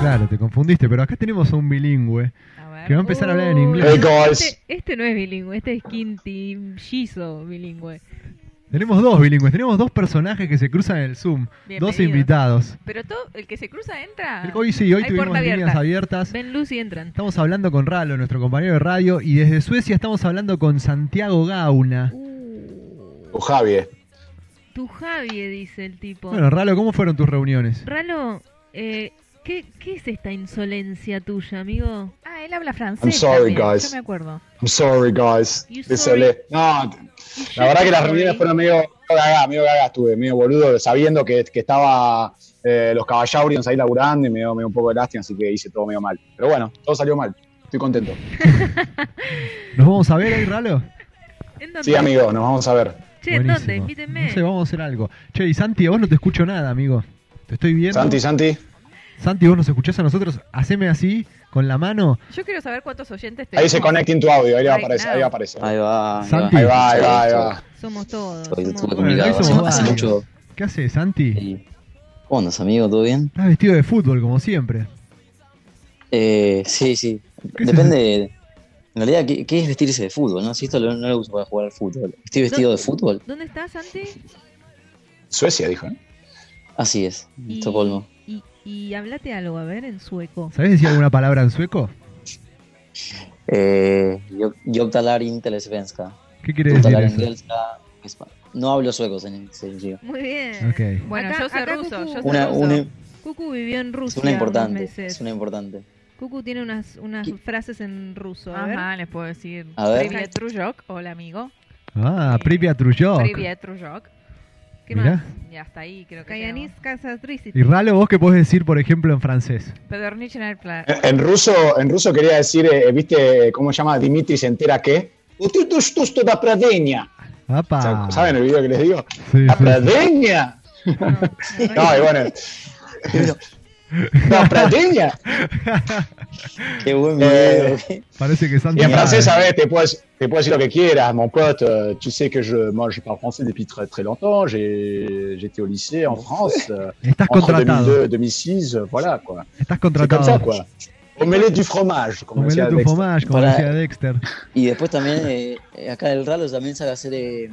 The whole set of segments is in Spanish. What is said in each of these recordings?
Claro, te confundiste, pero acá tenemos a un bilingüe A ver. que va a empezar a hablar en Uy, inglés. Hey, guys. Este, este no es bilingüe, este es quintillizo bilingüe. Tenemos dos bilingües, tenemos dos personajes que se cruzan en el Zoom, dos Bienvenidos. invitados. Pero todo, el que se cruza entra. Hoy sí, hoy Ah, Hay tuvimos puerta líneas abierta. abiertas. Ven luz y entran. Estamos hablando con Ralo, nuestro compañero de radio, y desde Suecia estamos hablando con Santiago Gauna. Uh, O eh. Javier. tu Javi, dice el tipo. Bueno, Ralo, ¿cómo fueron tus reuniones? Ralo, eh, ¿qué, ¿qué es esta insolencia tuya, amigo? Ah, él habla francés. I'm sorry, también, guys. Yo me acuerdo. I'm sorry, guys. You Désolé. No, la verdad que las reuniones fueron medio gaga, medio gaga estuve, medio boludo, sabiendo que, que estaba eh, los caballaurians ahí laburando y me dio, me dio un poco de lástima, así que hice todo medio mal. Pero bueno, todo salió mal. Estoy contento. ¿Nos vamos a ver ahí, Ralo? ¿En dónde? Sí, amigo, nos vamos a ver. Che, ¿en dónde? Buenísimo. Invítenme. No sé, vamos a hacer algo. Che, y Santi, a vos no te escucho nada, amigo. Te estoy viendo. Santi, Santi. Santi, vos nos escuchás a nosotros. Haceme así, con la mano. Yo quiero saber cuántos oyentes Ahí dice tenemos. connecting tu audio, ahí va a Right aparecer, now. ahí va a aparecer. Ahí va. ahí Santi. Ahí va, ahí va, ahí va. Somos todos. Estuve- somos- estuve Bueno, complicado. ahí somos Hace- hace varios. mucho. ¿Qué haces, Santi? y- ¿Cómo andas, amigo? ¿Todo bien? Estás vestido de fútbol, como siempre. Eh, sí, sí. ¿Qué es Depende. En realidad, ¿qué, qué es vestirse de fútbol? No, si esto lo- no lo uso para jugar al fútbol. ¿Estoy vestido de fútbol? ¿Dónde estás, Santi? Suecia, dijo. ¿eh? Así es, en Y- Estocolmo. Y, y hablate algo, a ver, en sueco. ¿Sabés decir alguna palabra en sueco? Eh, yo- yo talar intelesvenska. ¿Qué quiere Yo decir talar eso? inglesa, espa- No hablo sueco, sen- sencillo. Muy bien. Ok. Bueno, Acá- yo soy acá ruso, Cucu- yo soy Una, ruso. una, Cucu vivió en es Rusia. una unos importante. meses. Es una importante. Cucu tiene unas, unas frases en ruso. A ver. Ajá, les puedo decir. A ver. Privet, Trujok. Hola, amigo. Ah, Pripia Trujov. Privet, Trujok. ¿Qué Mirá. más? Y hasta ahí creo que Kayanis llegamos. Y Kasatricity. Ralo, vos qué podés decir, por ejemplo, en francés. Pedornichen el plan. En, en ruso, en ruso quería decir, eh, ¿viste cómo se llama Dimitri se entera qué? Usted es justo de Pradeña. ¡Apa! ¿Saben el video que les digo? Ah. Sí, ¡La sí. Pradeña! No, Ah. la verdad No, y bueno. No, Pradeña. Qué buen Eh, video. Parece que Santi. Y en sabe. francés, ¿sabes? Te puedes, te puedes decir lo que quieras, mon pote. euh, Tu sais que je, moi, je parle français depuis très, très longtemps. J'ai- J'étais au lycée en France euh, Estás entre contratado. 2002 et 2006. euh, Voilà, quoi. Estás C'est comme ça, contratado. quoi. Omelette du fromage, comme on dit à Omelette tu Dexter. fromage, como Para- decía Dexter. Y después también, eh, acá el Ralo también sabe hacer eh,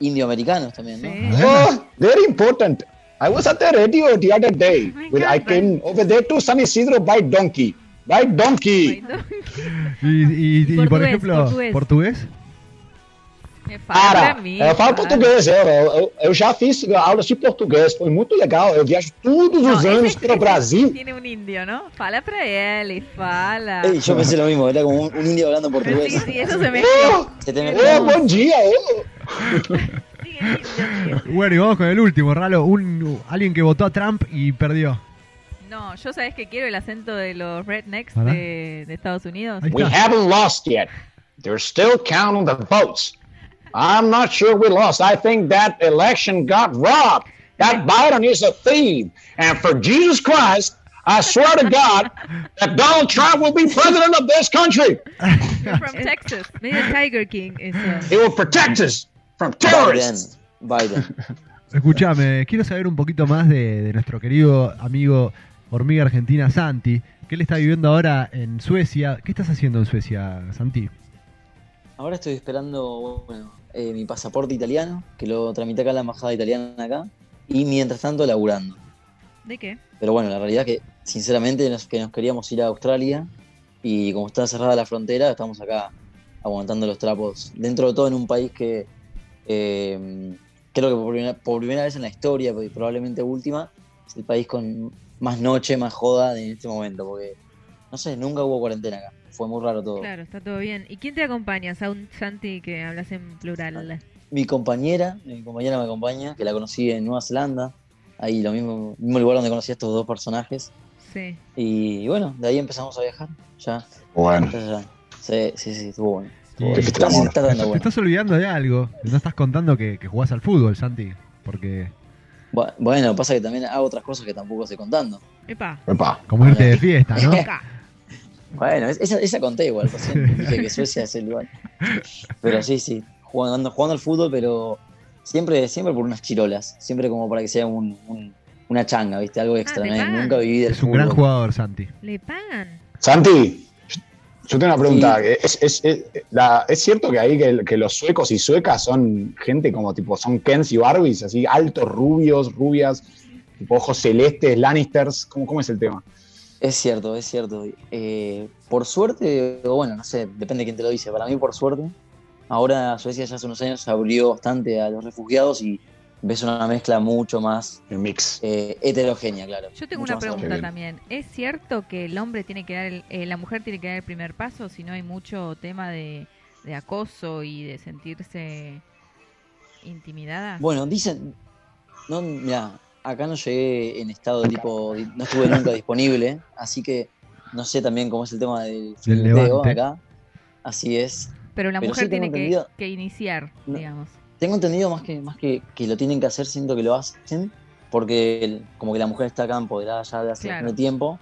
indio-americanos también, ¿no? Sí. Oh, very important. I was at the radio the other day. Oh My when God, I came over there to San Isidro by donkey. By donkey. Y, y- y, por portugués, ejemplo, portugués. portugués. Me falta Para, a eh, mí. eu falo para. português, eu, eu, eu já fiz aulas de português, foi muito legal. Eu viajo todos No, os ese- anos para o ese Brasil. Tiene un indio, ¿no? Fala para él y fala. Ey, yo pensé lo mismo, era como un, un indio hablando português. Sí, sí, eso se me. Oh, Se te mezcló. oh, bom dia! Oh. Sí, el indio, sí. Bueno, y vamos con el último, Ralo. Un, alguien que votó a Trump y perdió. No, yo sabes que quiero el acento de los rednecks Para. de, de Estados Unidos. Ahí We está. haven't lost yet. They're still counting the votes. I'm not sure we lost. I think that election got robbed. That Biden is a thief. And for Jesus Christ, I swear to God that Donald Trump will be president of this country. You're from Texas. Medio Tiger King, eso. He will protect us from Biden. terrorists. Biden. Escuchame, quiero saber un poquito más de, de nuestro querido amigo hormiga argentina Santi. Que él está viviendo ahora en Suecia. ¿Qué estás haciendo en Suecia, Santi? Ahora estoy esperando, bueno, eh, mi pasaporte italiano, que lo tramité acá en la embajada italiana acá, y mientras tanto laburando. ¿De qué? Pero bueno, la realidad es que, sinceramente, nos, que nos queríamos ir a Australia, y como está cerrada la frontera, estamos acá aguantando los trapos. Dentro de todo, en un país que eh, creo que por primera, por primera vez en la historia, y probablemente última, es el país con más noche, más joda en este momento, porque, no sé, nunca hubo cuarentena acá. Fue muy raro todo. Claro, está todo bien. ¿Y quién te acompaña, Saun- Santi, que hablas en plural? mi compañera, mi compañera me acompaña, que la conocí en Nueva Zelanda, ahí lo mismo, mismo lugar donde conocí a estos dos personajes. Sí. Y bueno, de ahí empezamos a viajar. Ya, Bueno. ya, ya. Sí, sí, sí, estuvo bueno. Sí. Estuvo bueno. Te Está- se está dando Te bueno. estás olvidando de algo. No estás contando que, que jugás al fútbol, Santi. Porque, Bu- Bueno, pasa que también hago otras cosas que tampoco estoy contando. Epa. Epa. como irte de fiesta, ¿no? Acá. Bueno, es- esa, esa conté igual, recién dije que Suecia es el lugar. Pero sí, sí, jugando, jugando al fútbol, pero siempre, siempre por unas chirolas, siempre como para que sea un, un- una changa, ¿viste? Algo extra. te ¿no? pagan. Nunca viví del Es un gran fútbol. jugador, Santi. ¿Le pagan? Santi, yo tengo una pregunta. Sí. ¿Es, es- es- la- ¿es cierto que ahí que, que los suecos y suecas son gente como tipo, son Kens y Barbies, así altos, rubios, rubias, tipo ojos celestes, Lannisters? ¿Cómo, cómo es el tema? Es cierto, es cierto. Eh, por suerte, o bueno, no sé, depende de quién te lo dice. Para mí, por suerte, ahora Suecia ya hace unos años abrió bastante a los refugiados y ves una mezcla mucho más El mix. eh, heterogénea, claro. Yo tengo Mucho una más heterogénea. pregunta bien. también. ¿Es cierto que el hombre tiene que dar, el- eh, la mujer tiene que dar el primer paso si no hay mucho tema de, de acoso y de sentirse intimidada? Bueno, dicen. No, mira, acá no llegué en estado de tipo. di- No estuve nunca disponible, así que no sé también cómo es el tema del, Del fildeo levante. acá. Así es. Pero la pero mujer sí tengo tiene que, entendido- que iniciar, No. digamos. Tengo entendido más que más que, que lo tienen que hacer, siento que lo hacen, porque el- como que la mujer está acá empoderada ya de hace Claro. bastante tiempo,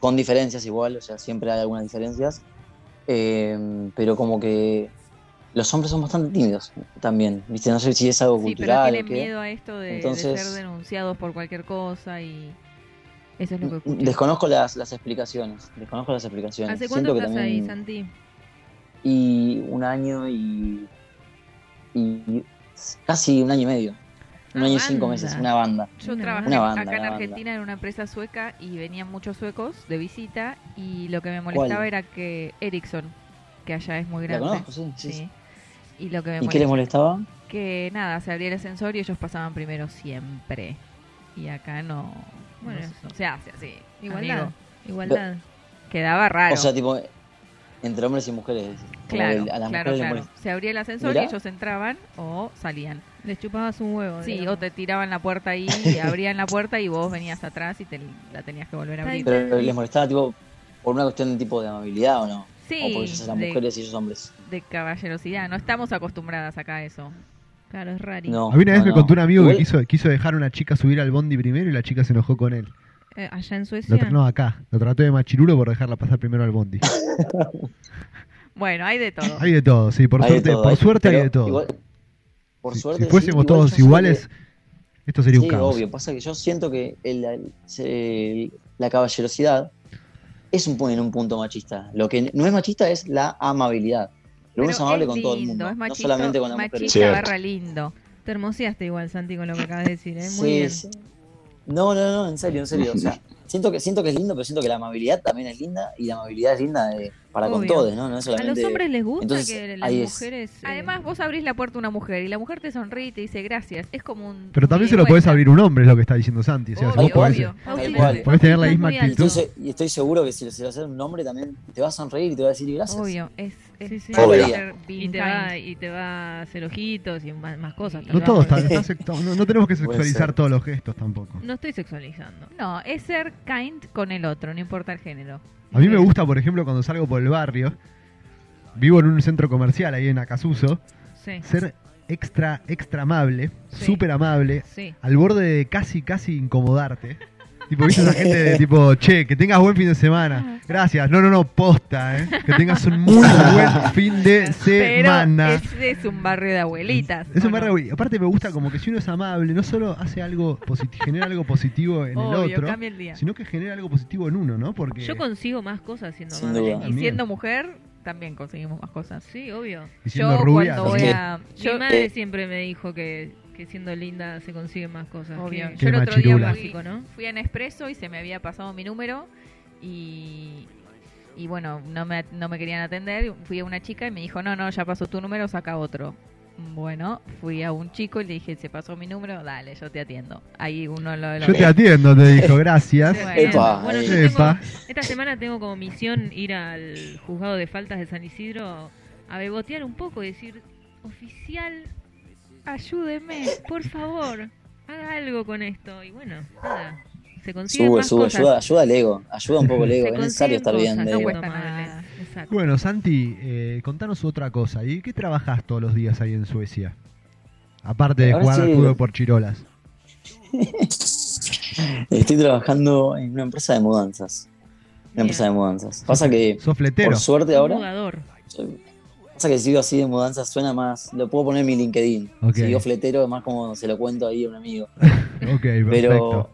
con diferencias igual, o sea, siempre hay algunas diferencias, eh, pero como que los hombres son bastante tímidos también, ¿viste? No sé si es algo Sí, pero cultural tienen o qué. miedo a esto de, de Entonces- ser denunciados por cualquier cosa y eso es lo que escucho. Mm, Desconozco las, las explicaciones, desconozco las explicaciones. ¿Hace Siento cuánto que estás ahí, también- Santi? Y un año y, y casi un año y medio. Un Una año y cinco Ah, banda. meses, una banda. Yo Una trabajé banda. Una banda, acá en una Argentina en una empresa sueca y venían muchos suecos de visita y lo que me molestaba ¿Cuál? era que Ericsson, que allá es muy La grande. conozco, sí, sí, sí. sí. Y lo que me ¿Y qué les molestaba molestaba? que nada, se abría el ascensor y ellos pasaban primero siempre. Y acá no, Bueno. no, no se hace así. Igualdad. amigo. Igualdad. Quedaba raro. O sea, tipo, entre hombres y mujeres. como claro, que a las claro, mujeres les claro. molesta. Se abría el ascensor Mirá. y ellos entraban o salían. Les chupabas un huevo. Sí, digamos. o te tiraban la puerta ahí, y abrían la puerta y vos venías atrás y te la tenías que volver a Está abrir. Pero les molestaba, tipo, por una cuestión de tipo de amabilidad o no. o Oh, porque Sí, ellos las de, mujeres y ellos hombres. de caballerosidad. No estamos acostumbradas acá a eso. Claro, es raro. No. A mí una vez no, me no. contó un amigo que Igual- quiso, quiso dejar a una chica subir al bondi primero y la chica se enojó con él. Eh, allá en Lo Suecia. tra- no, acá. Lo trató de machirulo por dejarla pasar primero al bondi. Bueno, hay de todo. Hay de todo, sí, por Hay de suerte, todo, por hay- suerte hay pero de todo. igual- por si, suerte, si fuésemos sí, igual yo todos soy de- iguales, esto sería sí, un caos. obvio. Pasa que yo siento que el- el- se- la caballerosidad es un, pu- en un punto machista. Lo que no es machista es la amabilidad. Pero uno es amable con todo el mundo, no es machito- solamente con las mujeres. machista Cierto. barra lindo. Te hermoseaste igual, Santi, con lo que acabas de decir. ¿eh? Muy Sí, bien. sí. No, no, no, en serio, en serio. O sea, siento que, siento que es lindo, pero siento que la amabilidad también es linda y la amabilidad es linda eh, para con Obvio. todos, ¿no? No es A los solamente. hombres les gusta Entonces, que las ahí es. mujeres. eh, Además, vos abrís la puerta a una mujer y la mujer te sonríe y te dice gracias. Es como un. Pero también se lo ida y podés vuelta. abrir un hombre, es lo que está diciendo Santi. O sea, si vos Obvio, podés, obvio. Pau, Tal sí, cual. Pau, podés tener la estás misma muy actitud. alto. Estoy se- y estoy seguro que si lo si lo haces a un hombre también te va a sonreír y te va a decir gracias. Obvio, es. es Sí, sí. Obvio. ser Y being te, kind. va, y te va a hacer ojitos y más, más cosas. No también. todos están- están secto- no, no tenemos que Puede sexualizar ser. todos los gestos tampoco. No estoy sexualizando. No, es ser kind con el otro, no importa el género. A mí me gusta, por ejemplo, cuando salgo por el barrio, vivo en un centro comercial ahí en Acasuso, Sí, ser extra, extra amable, Sí. súper amable, sí. al borde de casi, casi incomodarte. Tipo, viste esa gente de tipo, che, que tengas buen fin de semana. Gracias. No, no, no, posta, ¿eh? Que tengas un muy buen fin de semana. Pero ese es un barrio de abuelitas. Es ¿o un no? barrio, güey. Aparte me gusta como que si uno es amable, no solo hace algo positivo, genera algo positivo en el Obvio, otro, cambia el día. sino que genera algo positivo en uno, ¿no? Porque Yo consigo más cosas siendo Sin madre. duda. Y también. siendo mujer, también conseguimos más cosas. Sí, obvio. y Yo siendo rubia, cuando voy también. a. Mi Yo, madre eh, siempre me dijo que, que siendo linda se consiguen más cosas. obvio. que- Qué Yo el otro día machirula. fui, Básico, ¿no? fui a Nespresso y se me había pasado mi número y. Y bueno, no me, no me querían atender. Fui a una chica y me dijo, no, no, ya pasó tu número, saca otro. Bueno, fui a un chico y le dije, se pasó mi número, dale, yo te atiendo. Ahí uno lo... lo Yo te atiendo, te dijo, gracias. Bueno. Epa, Bueno, ahí. yo tengo- Epa. esta semana tengo como misión ir al juzgado de faltas de San Isidro a bebotear un poco y decir, oficial, ayúdeme, por favor, haga algo con esto. Y bueno, nada, se consiguen Sube, más sube, cosas. ayuda, ayuda al ego, ayuda un poco el Se ego, es consiguen necesario estar bien. cosas de no ego. cuesta siendo nada. madre. Exacto. Bueno, Santi, eh, contanos otra cosa. ¿Y qué trabajás todos los días ahí en Suecia? Aparte de Ahora jugar al sí. fútbol por chirolas. Estoy trabajando en una empresa de mudanzas. Una Bien. empresa de mudanzas. Pasa que, Sos fletero. por suerte Un ahora, jugador. soy- pasa que si digo así de mudanzas suena más, lo puedo poner en mi LinkedIn. Ok. Si digo fletero es más como se lo cuento ahí a un amigo. Ok, perfecto. Pero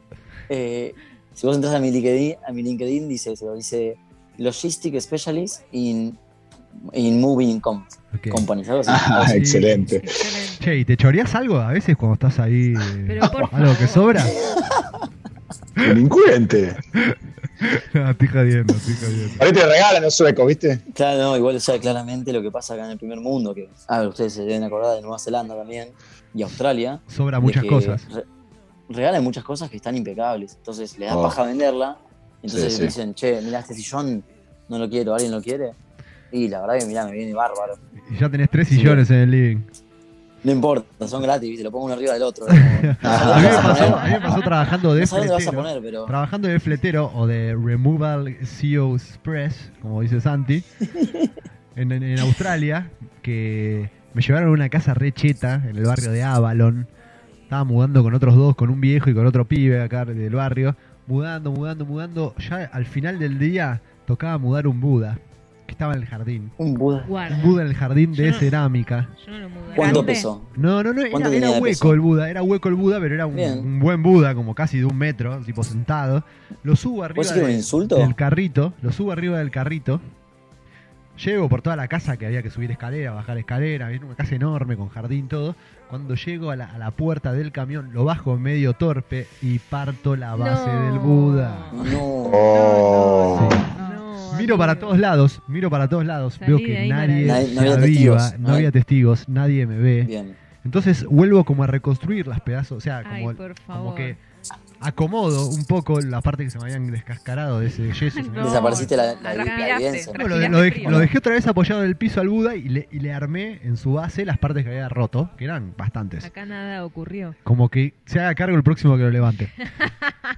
Eh, si vos entras a mi LinkedIn, a mi LinkedIn dice eso, dice Logistic Specialist in, in Moving Com- Ok. Company. algo así. Ah, Sí. excelente. Excelente. Che, ¿y te choreás algo a veces cuando estás ahí? eh, Pero por ¿Algo que favor. sobra? Delincuente. No, Ah, estoy jodiendo, estoy jodiendo. Ahorita te regalan los suecos, ¿viste? Claro, no, igual, o sea, claramente lo que pasa acá en el primer mundo, que ah, ustedes se deben acordar de Nueva Zelanda también y Australia. Sobra de muchas que cosas. re- regalan muchas cosas que están impecables. Entonces le da Oh. paja venderla. Entonces Sí, sí. le dicen, che, mirá, este sillón no lo quiero, ¿alguien lo quiere? Y la verdad que mirá, me viene bárbaro. Y ya tenés tres Sí. sillones en el living. No importa, son gratis, ¿viste? lo pongo uno arriba del A otro. mí me pasó, Bueno. a mí me pasó trabajando de No Ah, sabes dónde vas a fletero. poner, pero. Trabajando de fletero o de Removal CO Express, como dice Santi, en, en- en Australia, que me llevaron a una casa recheta en el barrio de Avalon. Estaba mudando con otros dos, con un viejo y con otro pibe acá del barrio. Mudando, mudando, mudando. Ya al final del día tocaba mudar un Buda que estaba en el jardín. Un Buda. Un Guarda. Buda en el jardín de Yo no- cerámica. Yo no lo mudaría. ¿Cuánto Grande. pesó? No, no, no, era, ¿Cuánto era tenía de hueco peso? el Buda, era hueco el Buda, pero era un, Bien. un buen Buda, como casi de un metro, tipo sentado. Lo subo ¿Vos arriba decís que era un de- insulto? del carrito, lo subo arriba del carrito. Llego por toda la casa que había que subir escalera, bajar escalera, era una casa enorme con jardín, todo. Cuando llego a la, a la puerta del camión, lo bajo medio torpe y parto la base No. del Buda. No. Oh. No, Miro amigo. para todos lados, miro para todos lados, Salí veo de que ahí, nadie Nadie- no se había aviva, testigos, no ¿no? había testigos, nadie me ve. Bien. Entonces vuelvo como a reconstruir las pedazos, o sea, Ay, como, por favor. como que acomodo un poco la parte que se me habían descascarado de ese yeso. se me No, había- Desapareciste la, la, no, la respiraste, evidencia. No, lo, respiraste lo dejé, frío. lo dejé otra vez apoyado en el piso al Buda y le, y le armé en su base las partes que había roto, que eran bastantes. Acá nada ocurrió. Como que se haga cargo el próximo que lo levante.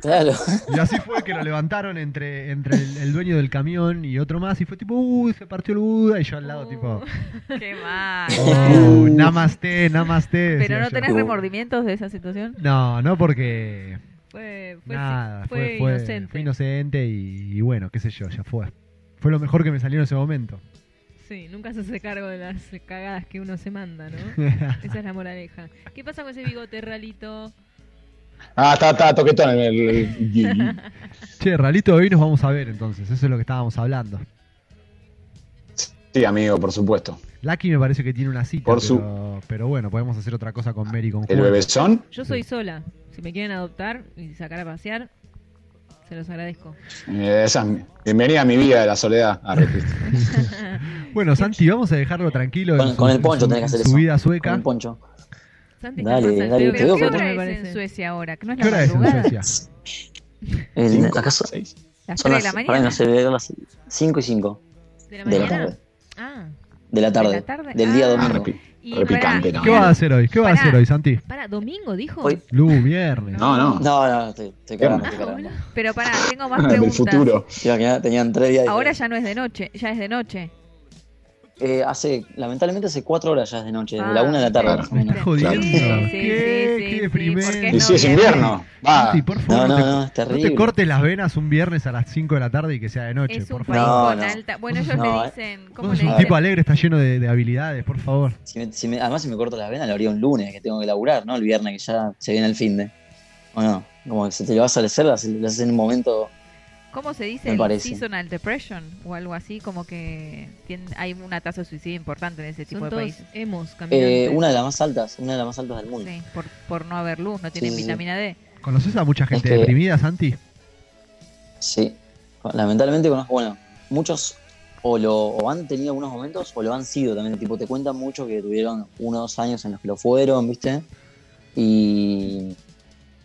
Claro. Y así fue que lo levantaron entre, entre el, el dueño del camión y otro más. Y fue tipo, uy, se partió el Buda. Y yo al lado, Oh. tipo, Qué mal. oh, namaste, namaste. Uh, Pero decía no yo. tenés remordimientos de esa situación. No, no porque Fue, fue, Nada, fue, fue, fue inocente. fue inocente y, y bueno, qué sé yo, ya fue. Fue lo mejor que me salió en ese momento. Sí, nunca se hace cargo de las cagadas que uno se manda, ¿no? Esa es la moraleja. ¿Qué pasa con ese bigote ralito? Ah, está, está toquetón en el. el- che, Ralito, hoy nos vamos a ver entonces, eso es lo que estábamos hablando. Sí, amigo, por supuesto. Lucky me parece que tiene una cita, Por su- pero, pero bueno, podemos hacer otra cosa con Mary y con El Juan. bebezón. Yo soy sola. Si me quieren adoptar y sacar a pasear, se los agradezco. eh, esa es mi- bienvenida a mi vida de la soledad. Ah, repito. Bueno, Santi, vamos a dejarlo tranquilo en Con, su- con el en poncho su- tenés que hacer en eso. su vida Con sueca. el poncho. Santi Dale, está más al dale, pedo que te Pero digo ¿qué que- nosotros, hora me es en parece. Suecia ahora? ¿Que no es ¿Qué la hora es en madrugada? Suecia? El- Cinco, acá son, seis. Las son 3 las, de la pará, no mañana. sé, veo las 5 y 5 ¿De la de mañana? la tarde. Ah, De la tarde. la tarde? Del Ah. día Ah, domingo. repi- y repicante, para, ¿Qué vas a hacer hoy? ¿Qué vas a Pará. hacer hoy, Santi? domingo dijo. Hoy- Lu, viernes. No, no. No, no, estoy, estoy cagando, estoy Ah, cagando. Pero pará, tengo más Del preguntas. futuro. Iba a quedar- Tenían tres días. Ahora diferentes. ya no es de noche, ya es de noche. Eh, hace, lamentablemente hace cuatro horas ya es de noche, desde Ah, la una de la tarde claro. más o Me estás menos. jodiendo. Sí, sí, sí, ¿Qué? sí, Qué sí, deprimente. porque Y si es invierno. Va. Santi, por favor, No, no, te- no, es No te terrible. cortes las venas un viernes a las 5 de la tarde y que sea de noche, Es un por país favor. No, con no. alta. Bueno, ellos No, le eh. dicen. ¿Cómo Vos le sos un digo? dicen? tipo alegre, está lleno de, de habilidades, por favor. Si me- si me- además, si me corto las venas, lo haría un lunes que tengo que laburar, ¿no? El viernes que ya se viene el fin de. ¿O no? Como que se te lo vas a hacer, lo haces lo haces en un momento. ¿Cómo se dice? Me el parece. Seasonal depression o algo así, como que tien- hay una tasa de suicidio importante en ese tipo Son de todos países. hemos caminantes. Eh, una de las más altas, una de las más altas del mundo. Sí, por, por no haber luz, no tienen sí, sí. vitamina D. ¿Conoces a mucha gente Es que- deprimida, Santi? Sí. Lamentablemente conozco, bueno, muchos o lo o han tenido algunos momentos o lo han sido también. Tipo, te cuentan mucho que tuvieron unos años en los que lo fueron, ¿viste? Y,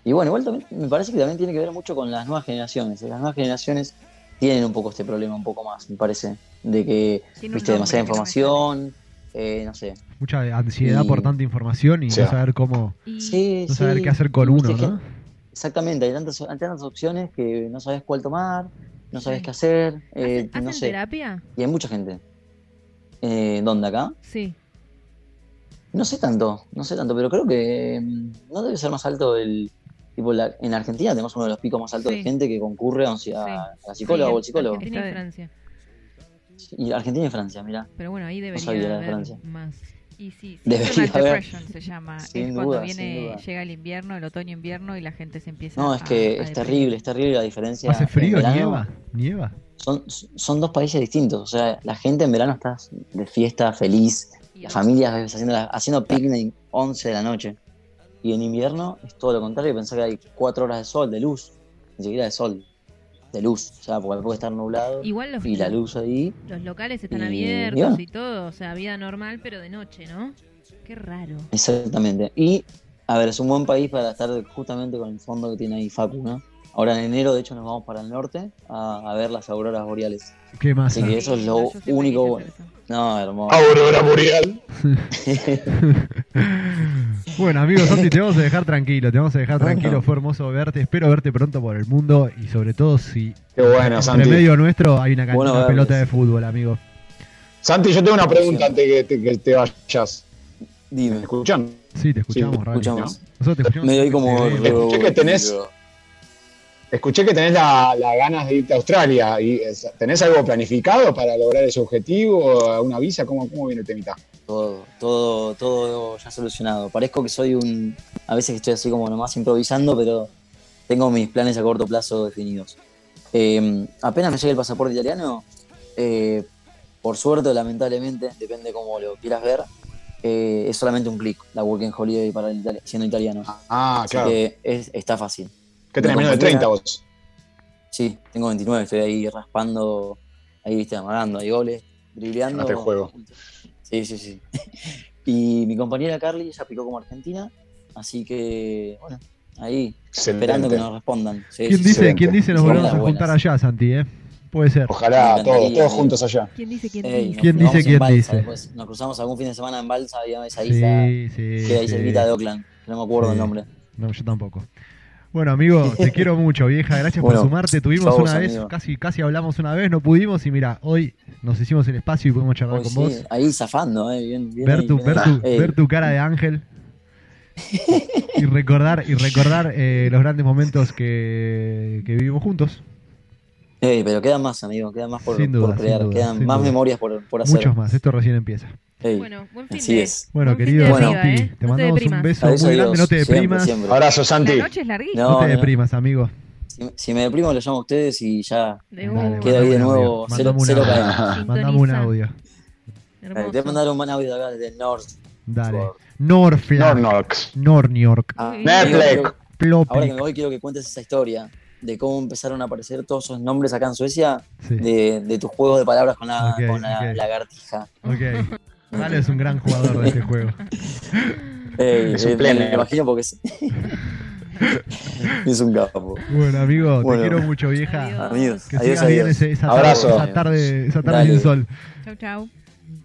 y bueno, igual también me parece que también tiene que ver mucho con las nuevas generaciones. ¿eh? Las nuevas generaciones tienen un poco este problema, un poco más, me parece, de que, Tiene un viste, demasiada nombre que no me información, eh, no sé. Mucha de- ansiedad Y- por tanta información y Sí. no saber cómo, Y Sí, no saber sí. qué hacer con Viste uno, que- ¿no? Exactamente, hay tantas, hay tantas opciones que no sabes cuál tomar, no sabes Sí. qué hacer, eh, ¿Hacen no sé. terapia? Y hay mucha gente. Eh, ¿Dónde acá? Sí. No sé tanto, no sé tanto, pero creo que mm, no debe ser más alto el. Tipo, la- en Argentina tenemos uno de los picos más altos Sí. de gente que concurre a, un- a- a la psicóloga Sí, o el psicólogo. Argentina y Está de- Francia. Y Argentina y Francia, mira. Pero bueno, ahí debería sabía la de haber Francia. más. Y Y sí, Debería Seasonal haber. Depression se llama. Sin ah, es duda, cuando sin viene, duda. llega el invierno, el otoño-invierno y la gente se empieza No, es a- que a es deprimir. terrible, es terrible la diferencia. ¿Hace en frío? verano. ¿Nieva? ¿Nieva? Son, son dos países distintos. O sea, la gente en verano está de fiesta, feliz, Y las familias a veces haciendo, la- haciendo picnic 11 de la noche. Y en invierno es todo lo contrario. Pensá que hay 4 horas de sol, de luz. Ni siquiera de sol, de luz. O sea, porque puede estar nublado Igual los, y la luz ahí. los locales están y- abiertos ya. y todo, o sea, vida normal, pero de noche, ¿no? Qué raro. Exactamente. Y, a ver, es un buen país para estar justamente con el fondo que tiene ahí Facu, ¿no? Ahora en enero, de hecho, nos vamos para el norte a, a ver las auroras boreales. ¿Qué más? Sí, que eso es lo yo siempre único quise hacer eso. No, hermoso. Ah, Aurora boreal. Bueno, amigos, Santi, te vamos a dejar tranquilo, te vamos a dejar tranquilo. Fue hermoso verte, espero verte pronto por el mundo y sobre todo si Qué bueno, entre Santi. medio nuestro hay una, cancha, Bueno, una verlos. pelota de fútbol, amigo. Santi, yo tengo una pregunta antes que te, que te vayas. ¿Me Dime. escuchan? Sí, te escuchamos, Rami. escuchamos. Nosotros te escuchamos. Me doy como. Sí, Escuché que tenés- Escuché que tenés la, la ganas de irte a Australia. Y, es- ¿Tenés algo planificado para lograr ese objetivo? ¿Una visa? ¿Cómo, cómo viene el temita? Todo, todo, todo ya solucionado. Parezco que soy un. A veces estoy así como nomás improvisando, pero tengo mis planes a corto plazo definidos. Eh, apenas me llegue el pasaporte italiano, eh, por suerte o lamentablemente, depende cómo lo quieras ver, eh, es solamente un clic la Working Holiday para el itali- siendo italiano. Ah, Así claro. ¿Qué que es- está fácil. tenés eh, me menos de complica. 30 vos? Sí, tengo 29, estoy ahí raspando, ahí viste, amarrando, hay goles, dribleando. Ganaste el juego. Sí, sí, sí. Y mi compañera Carly ya aplicó como argentina, así que, bueno, ahí, esperando que Excelente. nos respondan. Sí, ¿Quién dice, sí, sí. excelente. ¿Quién dice nos Son volvemos a las juntar buenas. allá, Santi, eh? Puede ser. Me Ojalá, todos, encantaría, todos sí. juntos allá. ¿Quién dice quién Ey, dice? nos- ¿Quién nos vamos dice en quién balsa dice? después. Nos cruzamos algún fin de semana en Balsa, había esa isla Sí, sí. que ahí sí. cerquita de Oakland, no me acuerdo Sí. el nombre. No, yo tampoco. Bueno, amigo, te quiero mucho, vieja. Gracias Bueno, por sumarte. Tuvimos chau, una vez, amigo. casi, casi hablamos una vez, no pudimos. Y mira, hoy nos hicimos el espacio y pudimos charlar Hoy con sí, vos. ahí zafando, eh, bien, bien ver ahí, Eh. tu, bien ver ahí. tu- Ey, ver tu cara de ángel y recordar y recordar eh, los grandes momentos que, que vivimos juntos ey, pero quedan más, amigo, quedan más por, Sin por duda, sin crear, duda, quedan sin más duda. memorias por, por hacer. muchos más esto recién empieza Ey. Bueno, buen fin Así de- es. bueno Buen fin querido de Bueno. arriba, ¿eh? Santi, te No te mandamos un deprimas. beso Adiós, muy grande adiós. no te Siempre, deprimas siempre. Abrazo, La Santi. noche es larguísima. No, no te no, no. deprimas amigo Si, si me deprimo, lo llamo a ustedes y ya. De Dale, una. Queda ahí de mandame un nuevo, audio, cero- mandame un cero audio, caída. mandame un audio Eh, Hermoso. Te voy a mandar un buen audio de acá desde el norte. dale Por- Norfla Nornox. Norniork Ah, Netflix. quiero- quiero- Ahora que Plopic me voy, quiero que cuentes esa historia de cómo empezaron a aparecer todos esos nombres acá en Suecia Sí, de, de tus juegos de palabras con la, Ok, con la ok. lagartija. ok Dale es un gran jugador de este juego Ey, Es un eh, me, planner. me imagino porque es, es un capo. bueno amigo te Bueno. quiero mucho vieja Adiós. Amigos, Que adiós, sigas bien adiós. ese- esa Abrazo. tarde, esa tarde, esa tarde Dale. sin sol. Chau, chau.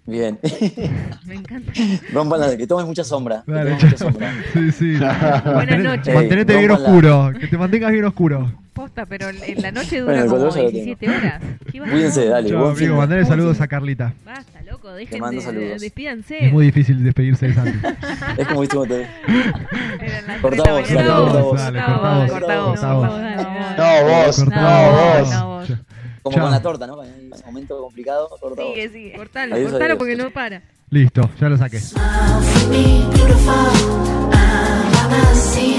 Bien. Me encanta. Rompan la- que tomes mucha sombra. Que Dale, tomes mucha sombra. Sí, sí. Buenas Mantené- noches. Mantenete bien Rómpala. oscuro, que te mantengas bien oscuro. Posta, pero en la noche dura Bueno, el como color ya lo tengo. 17 horas. ¿Qué vas a Cuídense, hacer? dale. Chao, buen fin amigo, de- mandale saludos a Carlita. Basta, loco, dejen Te mando de- saludos. despídanse. Es muy difícil despedirse de Santi. Es como viste cómo te. Eran las Cortá tres de la vos, dale, cortá mañana. vos. Dale, Cortá vos, cortá vos, cortá vos. cortá vos. No, vos, Cortá. no, vos. No, vos. Chao. Como Chao. con la torta, ¿no? En ese momento complicado, torta. vos. Sigue, sigue. Cortalo, Adiós, cortalo adiós. porque no para. Listo, ya lo saqué. Smile for me, beautiful. I wanna see